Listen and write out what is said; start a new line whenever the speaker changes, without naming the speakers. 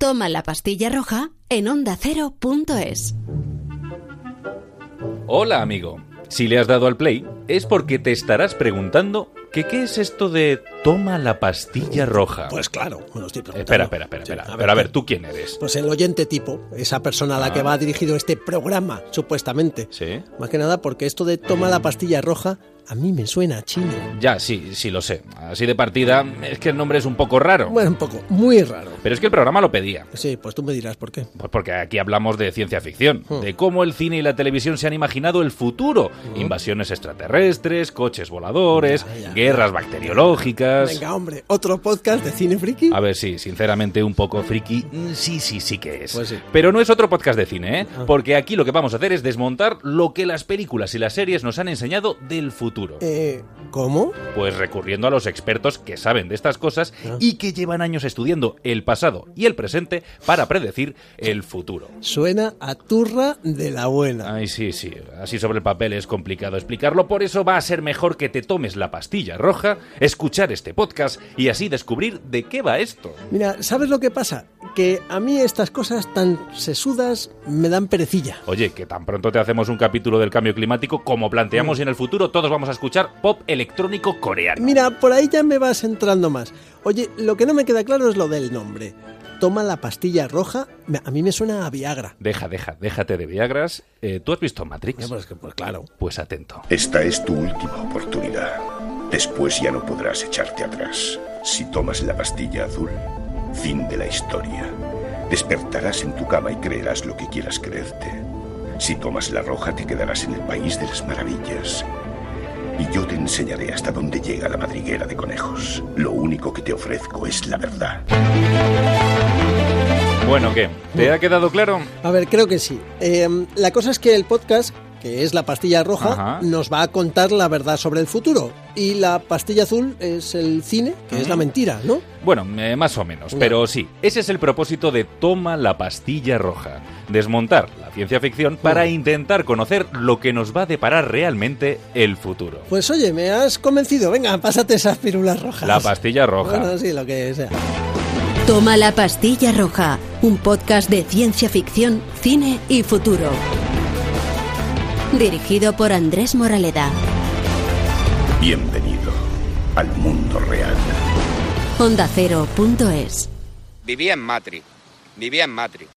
Toma la pastilla roja en ondacero.es.
Hola amigo, si le has dado al play es porque te estarás preguntando que qué es esto de toma la pastilla roja. Eh,
Pues claro, me lo estoy preguntando.
Ah, Espera, espera, espera,
Sí,
espera.
a ver,
Pero a ver,
¿qué?
¿tú quién eres?
Pues el oyente tipo, esa persona a la que va dirigido este programa, supuestamente.
Sí. Mm.
Más que nada porque esto de toma la pastilla roja a mí me suena a chino.
Ya, sí, sí lo sé. Así de partida es que el nombre es un poco raro.
Bueno, un poco, muy raro.
Pero es que el programa lo pedía.
Sí, pues tú me dirás por qué.
Pues porque aquí hablamos de ciencia ficción,
Hmm.
de cómo el cine y la televisión se han imaginado el futuro. Invasiones extraterrestres, coches voladores,
Ya, ya.
guerras bacteriológicas.
Venga, hombre, otro podcast de cine friki.
Pues- A ver, sí, sinceramente un poco friki, mm, sí, sí, sí que es.
Pues sí. Ah.
Pero no es otro podcast de cine, ¿eh? Porque aquí lo que vamos a hacer es desmontar lo que las películas y las series nos han enseñado del futuro.
Eh, ¿Cómo?
Pues recurriendo a los expertos que saben de estas cosas
Ah.
y que llevan años estudiando el pasado y el presente para predecir el futuro.
Suena a turra de la buena.
Ay, sí, sí. Así sobre el papel es complicado explicarlo, por eso va a ser mejor que te tomes la pastilla roja, escuchar este podcast y así descubrir de qué va esto.
Mira, ¿sabes lo que pasa? Que a mí estas cosas tan sesudas me dan perecilla.
Oye, que tan pronto te hacemos un capítulo del cambio climático como planteamos y en el futuro todos vamos a escuchar pop electrónico coreano.
Mm. Mira, por ahí ya me vas entrando más. Oye, lo que no me queda claro es lo del nombre. Toma la pastilla roja, me- a mí me suena a Viagra.
Deja, deja, déjate de Viagras. Eh, ¿Tú has visto Matrix?
Ya, pues que- pues claro.
Pues atento.
Esta es tu última oportunidad. Después ya no podrás echarte atrás. Si tomas la pastilla azul, fin de la historia. Despertarás en tu cama y creerás lo que quieras creerte. Si tomas la roja, te quedarás en el país de las maravillas. Y yo te enseñaré hasta dónde llega la madriguera de conejos. Lo único que te ofrezco es la verdad.
Bueno, ¿qué? ¿Te ha quedado claro?
A ver, creo que sí. Eh, la cosa es que el podcast, que es la pastilla roja,
Ajá.
nos va a contar la verdad sobre el futuro. Y la pastilla azul es el cine, que es la mentira, ¿no?
Bueno, eh, más o menos, pero sí, ese es el propósito de Toma la pastilla roja, desmontar la ciencia ficción para intentar conocer lo que nos va a deparar realmente el futuro.
Pues oye, me has convencido. Venga, pásate esas pirulas rojas.
La pastilla roja.
Bueno, sí, lo que sea.
Toma la pastilla roja, un podcast de ciencia ficción, cine y futuro. Dirigido por Andrés Moraleda.
Bienvenido al mundo real.
ondacero.es.
Vivía en Matri. Vivía en Matri.